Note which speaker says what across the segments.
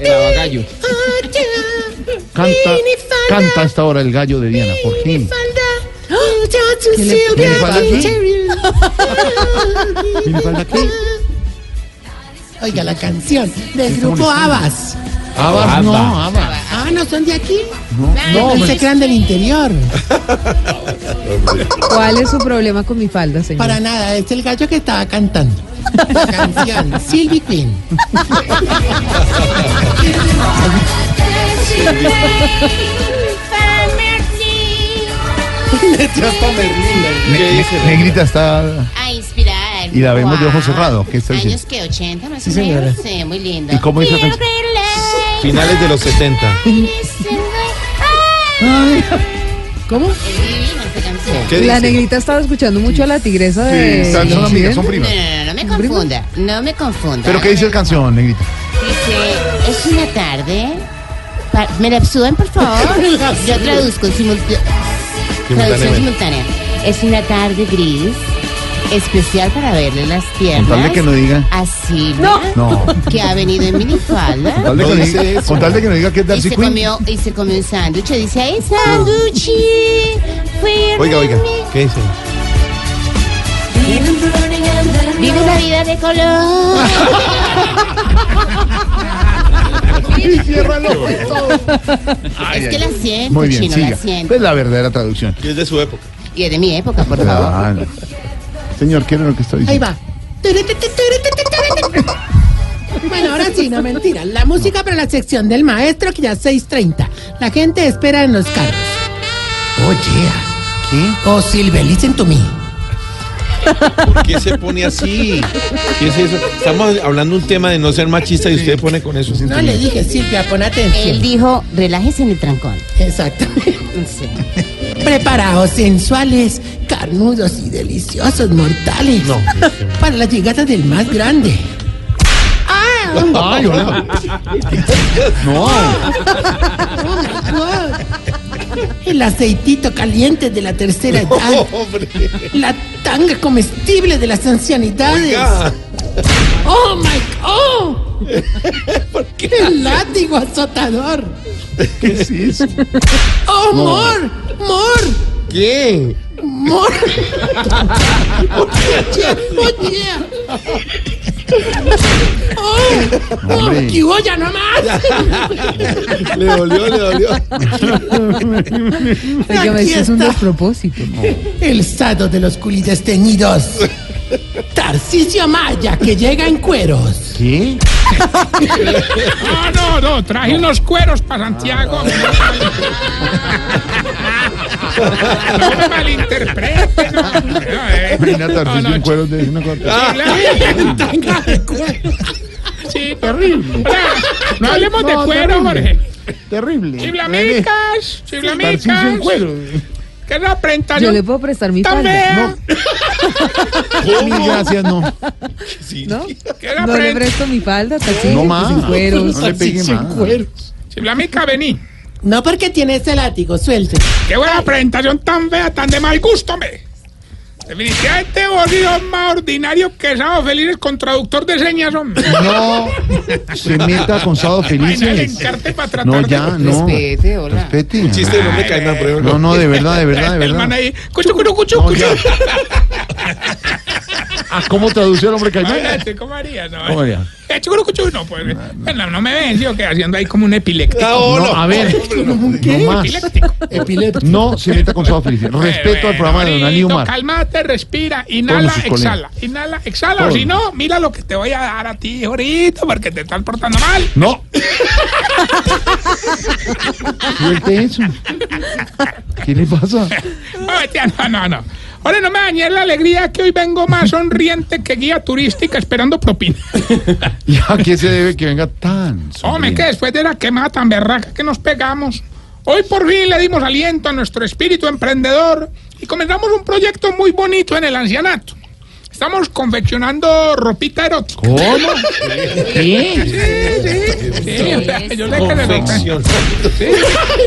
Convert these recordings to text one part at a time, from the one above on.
Speaker 1: El gallo.
Speaker 2: Canta, canta hasta ahora el gallo de Diana, por fin. ¿Minifalda qué? ¿Minifalda qué?
Speaker 3: Oiga, la canción del grupo Abas.
Speaker 2: Abas, no, Abas.
Speaker 3: Ah, ¿no son de aquí? No, no se crean del interior.
Speaker 4: ¿Cuál es su problema con mi falda, señor?
Speaker 3: Para nada, es el gallo que estaba cantando. La canción, Silvi Queen.
Speaker 2: Negrita está.
Speaker 5: A inspirar.
Speaker 2: Y la vemos de ojos cerrados, ¿qué está
Speaker 5: Años
Speaker 2: diciendo?
Speaker 5: que 80, más
Speaker 2: Sí,
Speaker 5: o
Speaker 2: señora.
Speaker 5: menos. Sí, muy lindo.
Speaker 2: ¿Y cómo dice la
Speaker 5: Quiero
Speaker 2: canción?
Speaker 5: bailar,
Speaker 6: Finales de los 70.
Speaker 5: diciendo, ¡ay!
Speaker 4: ¿Cómo?
Speaker 5: Es divina esta canción.
Speaker 6: ¿Qué
Speaker 4: La
Speaker 6: dice?
Speaker 4: negrita estaba escuchando mucho a la tigresa de.
Speaker 2: Sí, son- son amigas, son
Speaker 4: Occidente.
Speaker 5: No,
Speaker 2: primas.
Speaker 5: no, no, no me
Speaker 4: Primo.
Speaker 5: confunda. No me confunda.
Speaker 2: ¿Pero qué dice la canción, Negrita?
Speaker 5: Dice, es una tarde. pa- ¿Me la suben, por favor? Yo traduzco simultá- traducción
Speaker 6: Simultáneamente.
Speaker 5: simultánea. Es una tarde gris, especial para verle las piernas.
Speaker 2: Con tal de que no diga.
Speaker 5: A Silvia,
Speaker 4: No.
Speaker 2: No.
Speaker 5: que ha venido en minifalda.
Speaker 2: Con tal de que
Speaker 6: No
Speaker 2: no
Speaker 6: dice
Speaker 2: diga-
Speaker 6: eso.
Speaker 2: Con tal de que no diga que es
Speaker 5: Y
Speaker 2: Darcy
Speaker 5: se,
Speaker 2: Quinn. Ah.
Speaker 5: comió, y se comió un sándwich. Dice, ¡ay, sándwich! Fue
Speaker 6: Oiga, oiga, ¿qué dice?
Speaker 5: Vive la vida de color.
Speaker 2: Y cierra el ojo y todo. Ay,
Speaker 5: es
Speaker 2: ay,
Speaker 5: que la
Speaker 2: ay.
Speaker 5: siento,
Speaker 2: Muy bien,
Speaker 5: chino,
Speaker 2: siga.
Speaker 5: la siento.
Speaker 2: Esta Es la verdadera traducción.
Speaker 6: Que es de su época.
Speaker 5: Y es de mi época, por favor.
Speaker 2: Claro. Señor, ¿quiere lo que estoy
Speaker 3: Ahí
Speaker 2: diciendo?
Speaker 3: va. Bueno, ahora sí, no mentira. La música para la sección del maestro que ya es 6.30. La gente espera en los carros. Oye, ¿qué? Oh, Silvia, listen to me.
Speaker 6: ¿Por qué se pone así? ¿Qué es eso? Estamos hablando un tema de no ser machista y usted pone con eso.
Speaker 3: No le dije, Silvia, pon
Speaker 5: Él
Speaker 3: atención.
Speaker 5: dijo, relájese en el trancón.
Speaker 3: Exactamente.
Speaker 5: Sí.
Speaker 3: Preparados sensuales, carnudos y deliciosos mortales.
Speaker 6: No.
Speaker 3: Para las llegadas del más grande. ¡Ah!
Speaker 2: Ay, hola. No.
Speaker 3: Oh my God. El aceitito caliente de la tercera edad.
Speaker 6: Hombre.
Speaker 3: La tanga comestible de las ancianidades.
Speaker 6: Ya.
Speaker 3: Oh my oh. El látigo azotador.
Speaker 2: ¿Qué es eso?
Speaker 3: Oh more, more,
Speaker 6: ¿Quién?
Speaker 3: more. oh yeah. Oh, oh,
Speaker 2: Hombre.
Speaker 3: que olla nomás.
Speaker 6: Le dolió, le dolió.
Speaker 4: Óigame,
Speaker 3: Aquí
Speaker 4: esto es un
Speaker 3: está.
Speaker 4: despropósito.
Speaker 3: El sado de los culis desteñidos. Tarcisio Maya que llega en cueros.
Speaker 2: ¿Qué?
Speaker 7: No, no, no, traje unos cueros para Santiago. No me malinterpreten. hombre, no, eh.
Speaker 2: Brina Tarcisio
Speaker 7: No, no,
Speaker 2: en cueros de una cosa.
Speaker 3: Tanga de cuero.
Speaker 7: Sí, terrible. No hablemos de cuero, Jorge.
Speaker 2: Terrible.
Speaker 7: Chiblamicas,
Speaker 2: Tarcisio en
Speaker 7: chiblamicas.
Speaker 2: cueros.
Speaker 7: ¿Qué es la
Speaker 4: Yo le
Speaker 7: presentación
Speaker 4: puedo prestar mi
Speaker 7: tan
Speaker 4: falda.
Speaker 7: fea?
Speaker 2: Mil gracias, no.
Speaker 4: ¿No?
Speaker 7: ¿Qué es la
Speaker 4: No le
Speaker 7: pre-
Speaker 4: presto mi falda, taxi,
Speaker 2: No más.
Speaker 4: sin cueros.
Speaker 2: No le peguen
Speaker 3: Tarcisio en
Speaker 2: más.
Speaker 3: cueros.
Speaker 7: Chiblamicas, vení.
Speaker 3: No porque tiene ese látigo, suelte.
Speaker 7: Qué buena presentación tan fea, tan de mal gusto, hombre. Definitivamente vos sos más ordinario que Sábado Feliz, el contraductor de señas, hombre.
Speaker 2: No se meta con sábado
Speaker 7: Vaina
Speaker 2: felices.
Speaker 7: encarte para tratar
Speaker 2: No,
Speaker 7: de-
Speaker 2: ya, no.
Speaker 4: Respete, hola.
Speaker 2: Respete.
Speaker 6: Chiste del hombre cae más breve.
Speaker 2: No, no, de verdad, de verdad, de
Speaker 7: El man
Speaker 2: verdad.
Speaker 7: ahí, cuchu, cuchu, cuchu,
Speaker 2: No,
Speaker 7: cuchu.
Speaker 2: ya. Ah, ¿Cómo traduce el hombre caimán?
Speaker 7: Adelante, ¿cómo harías? No,
Speaker 2: ¿Cómo haría?
Speaker 7: Eh, chucuru, cuchu, no, pues, no, no me ven, yo que haciendo ahí como un epiléptico.
Speaker 2: No,
Speaker 6: ah,
Speaker 2: a ver, no Eh, más.
Speaker 7: Epiléptico. pues,
Speaker 3: Epiléptico.
Speaker 2: No se meta con sábado felices. Respeto al programa de Don Ali
Speaker 7: Marito,
Speaker 2: Omar.
Speaker 7: Cálmate, respira, inhala,
Speaker 2: Todos sus colegas.
Speaker 7: exhala, inhala, exhala, o
Speaker 2: Todos.
Speaker 7: si no, mira lo que te voy a dar a ti ahorita, porque te están portando mal.
Speaker 2: No. Suelte eso. ¿Qué le pasa?
Speaker 7: No, tía, no, no, no. Ahora no me dañé la alegría que hoy vengo más sonriente que guía turística esperando propina.
Speaker 2: ¿Y a qué se debe que venga tan
Speaker 7: Hombre, que
Speaker 2: sonriente?
Speaker 7: después de la quemada tan berraca que nos pegamos, hoy por fin le dimos aliento a nuestro espíritu emprendedor y comenzamos un proyecto muy bonito en el ancianato. Estamos confeccionando ropita erótica.
Speaker 6: ¿Cómo?
Speaker 7: Sí,
Speaker 3: ¿Qué?
Speaker 7: sí, sí. o sea, yo sé que le
Speaker 6: Confección.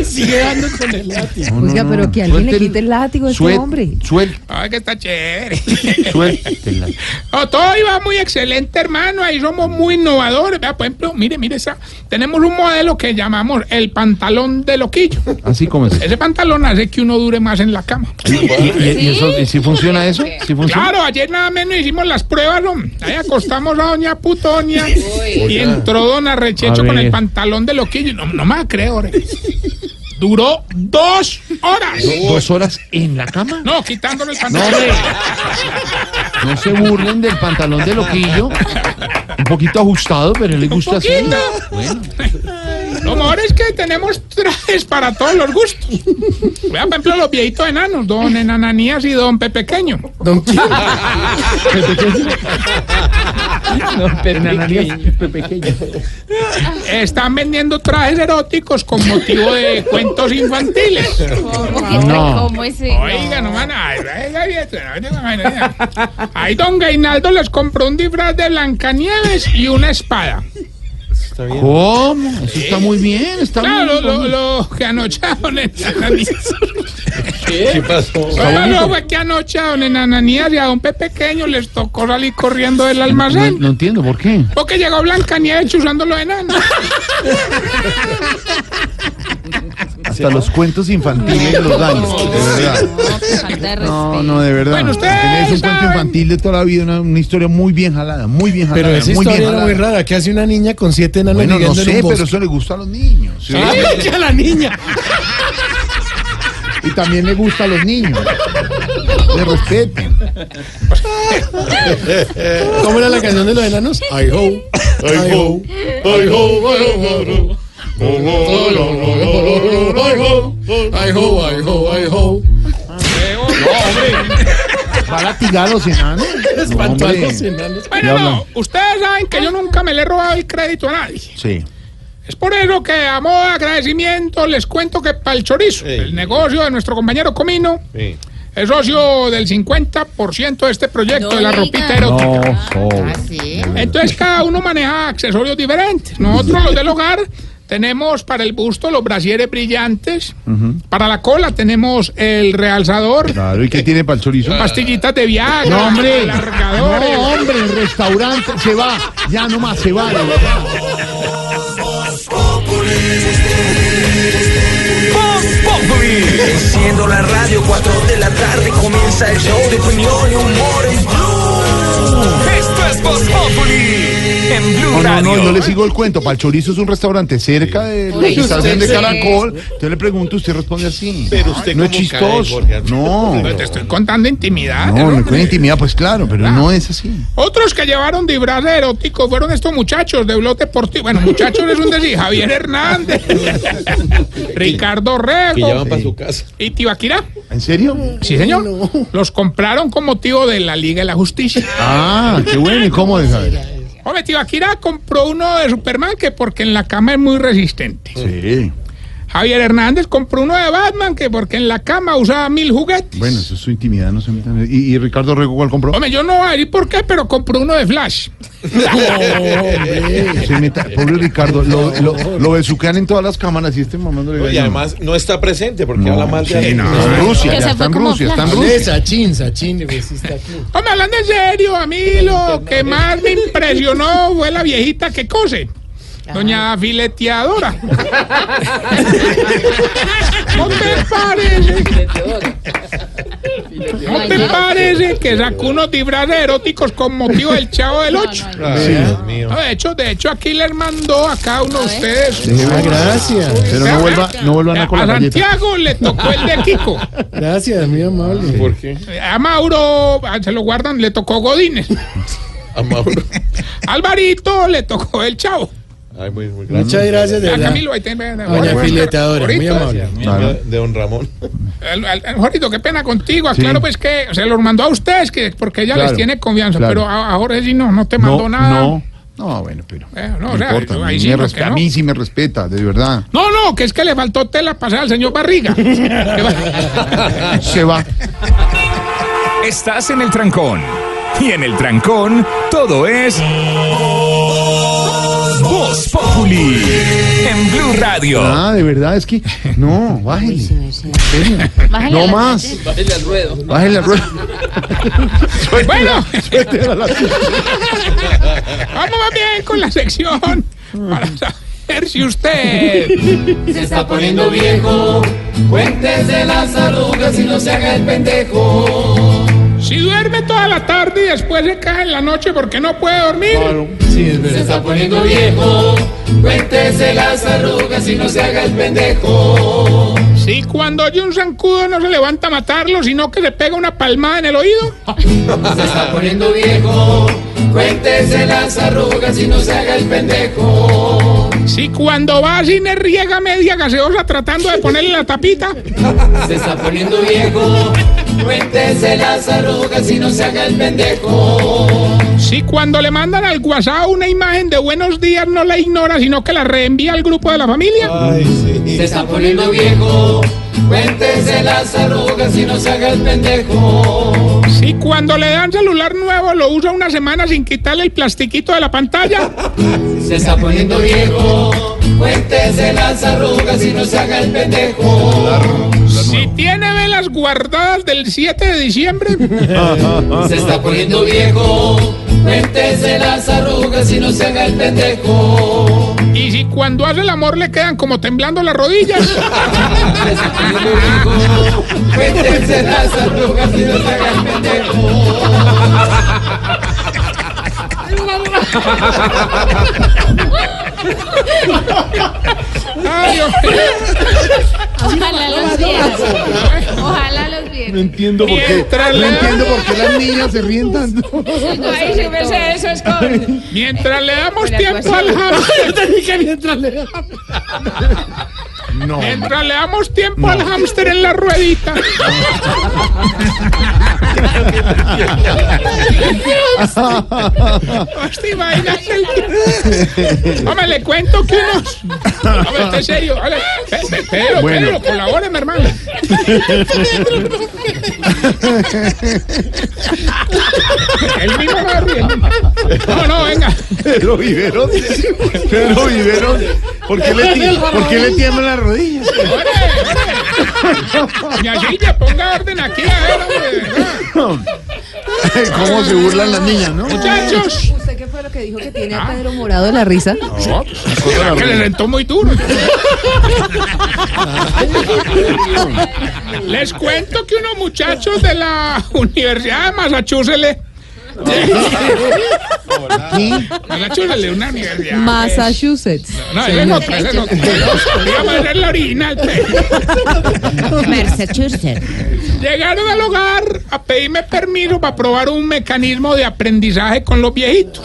Speaker 8: Sigue dando con el látigo.
Speaker 4: Oiga, pero que alguien le
Speaker 2: Suéltelo.
Speaker 4: quite el látigo a este
Speaker 2: Suel-
Speaker 4: hombre.
Speaker 2: suel-
Speaker 7: Ay, que está chévere.
Speaker 2: suéltela.
Speaker 7: No, todo iba muy excelente, hermano. Ahí somos muy innovadores. Vea, por ejemplo, mire, mire, esa. tenemos un modelo que llamamos el pantalón de loquillo.
Speaker 2: Así como es.
Speaker 7: Ese pantalón hace que uno dure más en la cama.
Speaker 2: ¿Y, y- y- y eso- y si funciona eso? ¿Sí funciona?
Speaker 7: Claro, ayer nada menos hicimos las pruebas, ¿no? Ahí acostamos a doña Putonia y entró don Arrechecho
Speaker 2: A
Speaker 7: con el
Speaker 2: ver.
Speaker 7: pantalón de loquillo. No, no me creo, hombre. Duró dos horas.
Speaker 2: ¿Dos horas en la cama?
Speaker 7: No, quitándole el
Speaker 2: No,
Speaker 7: pantalón.
Speaker 2: hombre. No se burlen del pantalón de loquillo. Un poquito ajustado, pero le gusta así.
Speaker 7: poquito.
Speaker 2: Bueno,
Speaker 7: Lo mejor es que tenemos trajes para todos los gustos. Vean, por ejemplo, los viejitos enanos, don Enananías y don Pepe Pequeño.
Speaker 3: Don Quijote.
Speaker 7: Están vendiendo trajes eróticos con motivo de cuentos infantiles.
Speaker 2: no.
Speaker 7: Oiga, no van a... oiga, viejo, no, no, no, no. Ahí don Gainaldo les compró un disfraz de Blancanieves y una espada.
Speaker 2: ¿Cómo? Eso está muy bien. Está
Speaker 7: Claro,
Speaker 2: muy
Speaker 7: lo, lo que anoche a don Enananías...
Speaker 6: ¿Qué pasó?
Speaker 7: Oiga, no, fue que anoche a don Enananías y a don Pepe Pequeño les tocó salir corriendo del
Speaker 2: No,
Speaker 7: almacén.
Speaker 2: no entiendo por qué.
Speaker 7: Porque llegó Blancanieves chuzando los enanos.
Speaker 2: Hasta los cuentos infantiles los daños. De verdad.
Speaker 5: pues,
Speaker 2: No, no, de verdad.
Speaker 7: Bueno, ustedes
Speaker 2: Tenés un cuento
Speaker 7: saben.
Speaker 2: infantil de toda la vida, una, una historia muy bien jalada, muy bien jalada.
Speaker 8: Pero esa
Speaker 2: muy bien
Speaker 8: historia era
Speaker 2: jalada.
Speaker 8: muy rara. ¿Qué hace una niña con siete enanos
Speaker 2: Bueno, no
Speaker 8: ligando en un
Speaker 2: sé, pero
Speaker 8: bosque?
Speaker 2: eso le gusta a los niños. ¿sí?
Speaker 8: ¡Ay, que a la niña!
Speaker 2: Y también le gusta a los niños. Le respeten.
Speaker 8: ¿Cómo era la canción de los enanos? I ho, I ho, I ho, I ho, I ho, I ho, I ho.
Speaker 2: Eh, oh, ¿Va a latigar a los enanos? No,
Speaker 8: Espantó a
Speaker 2: hombre.
Speaker 8: los enanos.
Speaker 7: Bueno,
Speaker 2: Ya
Speaker 7: no,
Speaker 2: hablan.
Speaker 7: ustedes saben que yo nunca me le he robado el crédito a nadie.
Speaker 2: Sí.
Speaker 7: Es por eso que, a modo de agradecimiento, les cuento que para el chorizo,
Speaker 6: Ey.
Speaker 7: el negocio de nuestro compañero Comino,
Speaker 6: Sí.
Speaker 7: es socio del 50% de este proyecto de la ropita erótica.
Speaker 5: Ah, sí.
Speaker 7: Entonces, cada uno maneja accesorios diferentes. Nosotros, los del hogar, tenemos para el busto los brasieres brillantes. Para la cola tenemos el realzador.
Speaker 2: Claro, ¿y qué tiene para el chorizo?
Speaker 7: Pastillitas de Viagra,
Speaker 2: No, hombre.
Speaker 7: alargadores.
Speaker 2: No, hombre, el restaurante se va. Ya nomás se va. de verdad.
Speaker 9: Enciendo la radio, 4 de la tarde comienza el show de opinión y humor en Blue. Esto es Voz Populi en Blue
Speaker 2: No, no,
Speaker 9: Radio.
Speaker 2: no, yo le sigo el cuento. Para el chorizo es un restaurante cerca de la estación de Caracol. Yo le pregunto, usted responde así.
Speaker 6: Pero usted
Speaker 2: no es
Speaker 6: cómo cae,
Speaker 2: chistoso.
Speaker 6: Jorge Alfredo.
Speaker 2: No.
Speaker 7: Te estoy contando intimidad.
Speaker 2: No,
Speaker 7: hombre.
Speaker 2: me cuenta intimidad, pues claro, pero no es así.
Speaker 7: Otros que llevaron disfraz erótico fueron estos muchachos de Blog Deportivo. Bueno, muchachos es un decir, Javier Hernández, Ricardo
Speaker 6: Que ya van
Speaker 7: Rego
Speaker 6: para su casa.
Speaker 7: y Tibaquirá.
Speaker 2: ¿En serio?
Speaker 7: Sí, señor. Los compraron con motivo de la Liga de la Justicia.
Speaker 2: Ah, qué bueno. ¿Y cómo de saber?
Speaker 7: Hombre, Tibaquirá compró uno de Superman que porque en la cama es muy resistente.
Speaker 2: Sí.
Speaker 7: Javier Hernández compró uno de Batman que porque en la cama usaba mil juguetes.
Speaker 2: Bueno, eso es su intimidad, no se metan. ¿Y, y Ricardo Rego cuál compró?
Speaker 7: Hombre, yo no voy a decir por qué, pero compró uno de Flash.
Speaker 2: Se meta- pobre Ricardo, lo, lo, lo besuquean en todas las cámaras y este mamando le
Speaker 6: Y además no está presente porque habla mal de
Speaker 2: Sí,
Speaker 6: alguien.
Speaker 2: no, en Rusia,
Speaker 5: Que
Speaker 2: ya
Speaker 5: se
Speaker 2: está
Speaker 5: fue
Speaker 2: en
Speaker 5: como
Speaker 2: Rusia, está en
Speaker 8: Hablé de
Speaker 2: Rusia.
Speaker 8: Sachin, Sachin, pues, sí está aquí.
Speaker 7: Hombre, hablando en serio, a mí lo que más me impresionó fue la viejita que cose. Doña fileteadora. ¿No te parece? ¿No te parece que sacó unos disfraces eróticos con motivo del Chavo del Ocho?
Speaker 6: Ay, Dios mío.
Speaker 7: No, de hecho, de hecho aquí les mandó a cada uno de ustedes.
Speaker 8: Ah, gracias.
Speaker 2: Pero no, vuelva, no vuelvan a con
Speaker 7: A
Speaker 2: la galleta.
Speaker 7: Santiago le tocó el de Kiko.
Speaker 8: Gracias, muy amable.
Speaker 6: ¿Por qué?
Speaker 7: A Mauro, ah, se lo guardan, le tocó Godínez.
Speaker 6: A Mauro.
Speaker 7: A Alvarito le tocó el Chavo.
Speaker 6: Ay, muy, muy
Speaker 8: Muchas gracias, de
Speaker 7: A
Speaker 8: verdad.
Speaker 7: Camilo, ahí tenés.
Speaker 8: Doña Fileteadora, muy amable.
Speaker 2: Claro.
Speaker 6: De don Ramón.
Speaker 7: Al- al- al- Jorgito, qué pena contigo.
Speaker 2: Sí.
Speaker 7: Claro, pues que se los mandó a ustedes que, porque ella les
Speaker 2: Claro,
Speaker 7: tiene confianza.
Speaker 2: claro.
Speaker 7: Pero a, a Jorge sí no, no te mandó
Speaker 2: No,
Speaker 7: nada.
Speaker 2: no, no, bueno, pero
Speaker 7: Eh, no,
Speaker 2: no
Speaker 7: o sea,
Speaker 2: importa.
Speaker 7: ahí
Speaker 2: me
Speaker 7: sí, porque
Speaker 2: respe- A
Speaker 7: no.
Speaker 2: mí sí me respeta, de verdad.
Speaker 7: No, no, que es que le faltó tela pasada al señor Barriga. Que va-
Speaker 2: Se va.
Speaker 10: Estás en el trancón.
Speaker 9: Y en el trancón, todo es. Voz Populi. En Blue Radio.
Speaker 2: Ah, de verdad, es que. No, bájele. en serio.
Speaker 5: Bájale a
Speaker 2: No
Speaker 5: la
Speaker 2: más. Bájele al ruedo. Bájele al ruedo.
Speaker 7: Bueno, vamos más bien con la sección para saber si usted
Speaker 10: Se está poniendo viejo, cuéntese las arrugas y no se haga el pendejo.
Speaker 7: si duerme toda la tarde y después se cae en la noche porque no puede dormir.
Speaker 10: Se está poniendo viejo, cuéntese las arrugas y no se haga el pendejo.
Speaker 7: Si cuando oye un zancudo no se levanta a matarlo, sino que le pega una palmada en el oído.
Speaker 10: Se está poniendo viejo, cuéntese las arrugas y no se haga el pendejo.
Speaker 7: Si cuando va a cine riega media gaseosa tratando de ponerle la tapita.
Speaker 10: Se está poniendo viejo, cuéntese las arrugas y no se haga el pendejo.
Speaker 7: Si cuando le mandan al WhatsApp una imagen de buenos días no la ignora, sino que la reenvía al grupo de la familia.
Speaker 10: Se está poniendo viejo, cuéntese las arrugas y no se haga el pendejo.
Speaker 7: Si cuando le dan celular nuevo lo usa una semana sin quitarle el plastiquito de la pantalla.
Speaker 10: Se está poniendo viejo, cuéntese las arrugas y no se haga el pendejo.
Speaker 7: Si tiene velas guardadas del 7 de diciembre.
Speaker 10: Se está poniendo viejo, cuéntese las arrugas y no se haga el pendejo.
Speaker 7: Y si cuando hace el amor le quedan como temblando las rodillas.
Speaker 10: Se está poniendo viejo, cuéntese las arrugas y no se haga el pendejo.
Speaker 7: Ay, Dios mío.
Speaker 5: Ojalá los vieran.
Speaker 6: Ah.
Speaker 5: Ojalá los vieran.
Speaker 8: Entiendo por qué.
Speaker 7: Mientras
Speaker 8: No
Speaker 7: le-
Speaker 8: entiendo por qué las niñas se ríen tanto.
Speaker 5: Ay, yo me sé eso, es con...
Speaker 7: Mientras le damos
Speaker 5: Mira,
Speaker 7: tiempo
Speaker 5: tú
Speaker 7: al
Speaker 5: así.
Speaker 7: hamster,
Speaker 8: Yo te dije mientras le
Speaker 2: Ah. No.
Speaker 7: mientras le damos tiempo al hámster en la ruedita. Hostia, imagínate el- Hombre, le cuento que unos. Hombre, este es serio. Hombre, pe- pe- Pedro,
Speaker 2: Bueno.
Speaker 7: Pedro, colabóreme, hermano. El mismo me ríe. No, no, venga.
Speaker 2: Pedro Viveros. Pedro Viveros. ¿Por qué le, ti- por qué le tiemblan las rodillas?
Speaker 7: Y así ya ponga orden aquí, a ver, hombre.
Speaker 2: ¿Cómo se burlan las niñas, no?
Speaker 7: Muchachos.
Speaker 4: ¿Usted qué fue lo que dijo que tiene a Pedro Morado de la risa?
Speaker 7: No, será que le rentó muy duro. Les cuento que unos muchachos de la Universidad de Massachusetts. Massachusetts, una universidad.
Speaker 4: Massachusetts.
Speaker 7: no, esa es otra, esa es otra. Digamos, esa es la original.
Speaker 5: Massachusetts.
Speaker 7: Llegaron al hogar a pedirme permiso para probar un mecanismo de aprendizaje con los viejitos.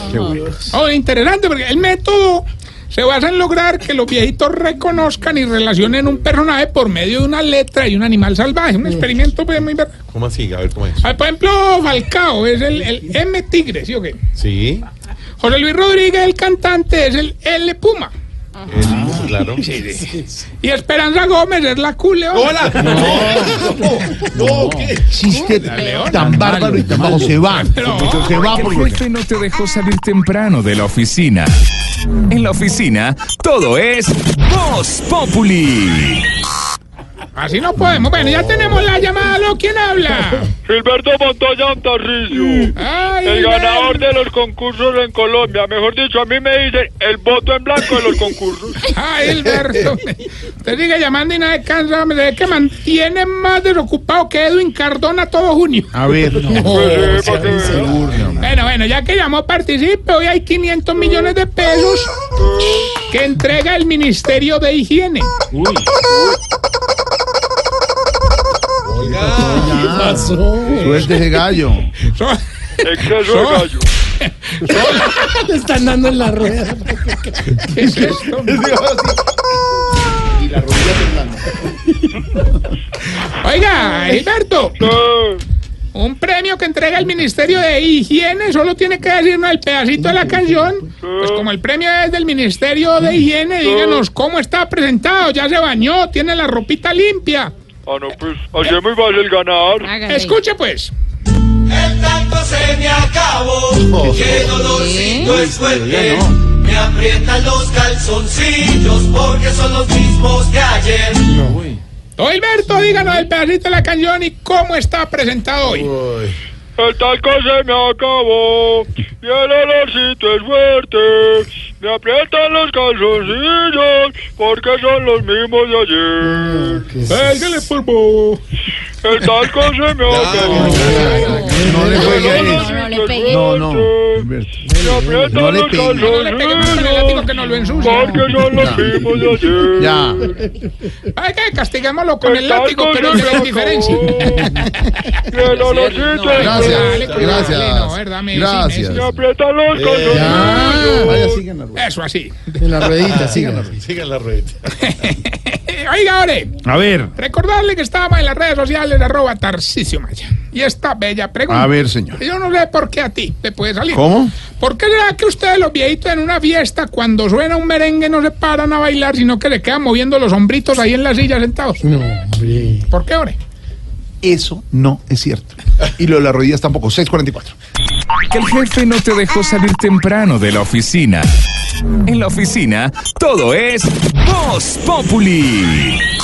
Speaker 7: Oh, interesante, porque el método se basa en lograr que los viejitos reconozcan y relacionen un personaje por medio de una letra y un animal salvaje. Un experimento pues, muy ver-
Speaker 6: ¿Cómo así? A ver, ¿cómo es?
Speaker 7: Ah, Por ejemplo, Falcao es el, el M Tigre, ¿sí o qué?
Speaker 6: Sí.
Speaker 7: José Luis Rodríguez, el cantante, es el L Puma.
Speaker 6: el- claro.
Speaker 7: Y Esperanza Gómez es la Q Leona.
Speaker 6: ¡Hola!
Speaker 2: Chiste tan bárbaro y tan bajo. Se va.
Speaker 7: Pero-
Speaker 2: Se va
Speaker 9: El
Speaker 2: porque.
Speaker 9: jefe no te dejó salir temprano de la oficina. En la oficina, todo es Voz Populi.
Speaker 7: Así no podemos. Bueno, ya tenemos la llamada. ¿lo? ¿Quién habla?
Speaker 11: Gilberto Montoya Antarricio,
Speaker 7: Ay,
Speaker 11: el
Speaker 7: Gilberto.
Speaker 11: ganador de los concursos en Colombia. Mejor dicho, a mí me dicen el voto en blanco de los concursos.
Speaker 7: Ay, Gilberto. Usted sigue llamando y nada descansa. hombre. Se ve que mantiene más desocupado que Edwin Cardona todo junio.
Speaker 2: A ver, no.
Speaker 11: Pues,
Speaker 2: Se
Speaker 11: para que vea.
Speaker 2: burlan.
Speaker 7: Bueno, bueno, ya que llamó, participe. Hoy hay 500 millones de pesos que entrega el Ministerio de Higiene.
Speaker 8: pasó?
Speaker 2: Suerte ese gallo.
Speaker 7: Son-
Speaker 11: Exceso de gallo.
Speaker 8: Le están dando en la rueda.
Speaker 7: ¿Qué es esto? Oiga, Gilberto,
Speaker 11: Eh,
Speaker 7: un premio que entrega el Ministerio de Higiene solo tiene que decirnos el pedacito de la canción. Pues como el premio es del Ministerio de Higiene, díganos cómo está presentado. Ya se bañó, tiene la ropita limpia.
Speaker 11: Ah, no, pues, así es muy fácil ganar.
Speaker 5: Hágale.
Speaker 7: Escuche pues.
Speaker 6: el tanto se me acabó. Qué dolorcito es fuerte. Me aprietan los calzoncillos porque son los mismos que ayer.
Speaker 7: Hilberto, díganos el pedacito de la canción y cómo está presentado hoy.
Speaker 10: El talco se me acabó y el olorcito es fuerte. Me aprietan los calzoncillos porque son los mismos de ayer.
Speaker 7: Pégale, por favor.
Speaker 10: El talco se me acabó.
Speaker 12: No le juegue a eso.
Speaker 8: No, no le pegué.
Speaker 12: No, no. Humberto.
Speaker 10: Me aprietan
Speaker 12: No le
Speaker 10: los
Speaker 12: pegue.
Speaker 7: No le peguemos con el látigo que nos lo
Speaker 10: calzoncillos
Speaker 7: ensucia.
Speaker 10: porque son los mismos de ayer.
Speaker 12: Ya.
Speaker 7: Hay que castigámoslo con el látigo, pero no
Speaker 10: se
Speaker 7: es diferencia.
Speaker 10: Y el olorcito
Speaker 13: Gracias,
Speaker 10: es
Speaker 7: Dale, cuidado,
Speaker 13: gracias.
Speaker 7: dale, no, verdad, me- sí,
Speaker 13: Gracias.
Speaker 10: Me aprietan los
Speaker 12: Vaya,
Speaker 10: calzoncillos.
Speaker 12: sigan la rueda.
Speaker 7: Eso así.
Speaker 13: En la ruedita, síganla.
Speaker 12: Sigan la rueda.
Speaker 7: Oiga, Ore,
Speaker 2: A ver,
Speaker 7: recordarle que estábamos en las redes sociales arroba Tarcicio Maya. Y esta bella pregunta.
Speaker 2: a ver, señor.
Speaker 7: Yo no sé por qué a ti te puede salir.
Speaker 2: ¿Cómo?
Speaker 7: ¿Por qué será que ustedes, los viejitos, en una fiesta, cuando suena un merengue, no se paran a bailar, sino que le quedan moviendo los hombritos ahí en la silla sentados?
Speaker 14: No, hombre.
Speaker 7: ¿Por qué, Ore?
Speaker 2: Eso no es cierto. Y lo de las rodillas tampoco. 644.
Speaker 15: Que el jefe no te dejó salir temprano de la oficina. En la oficina, todo es Voz Populi.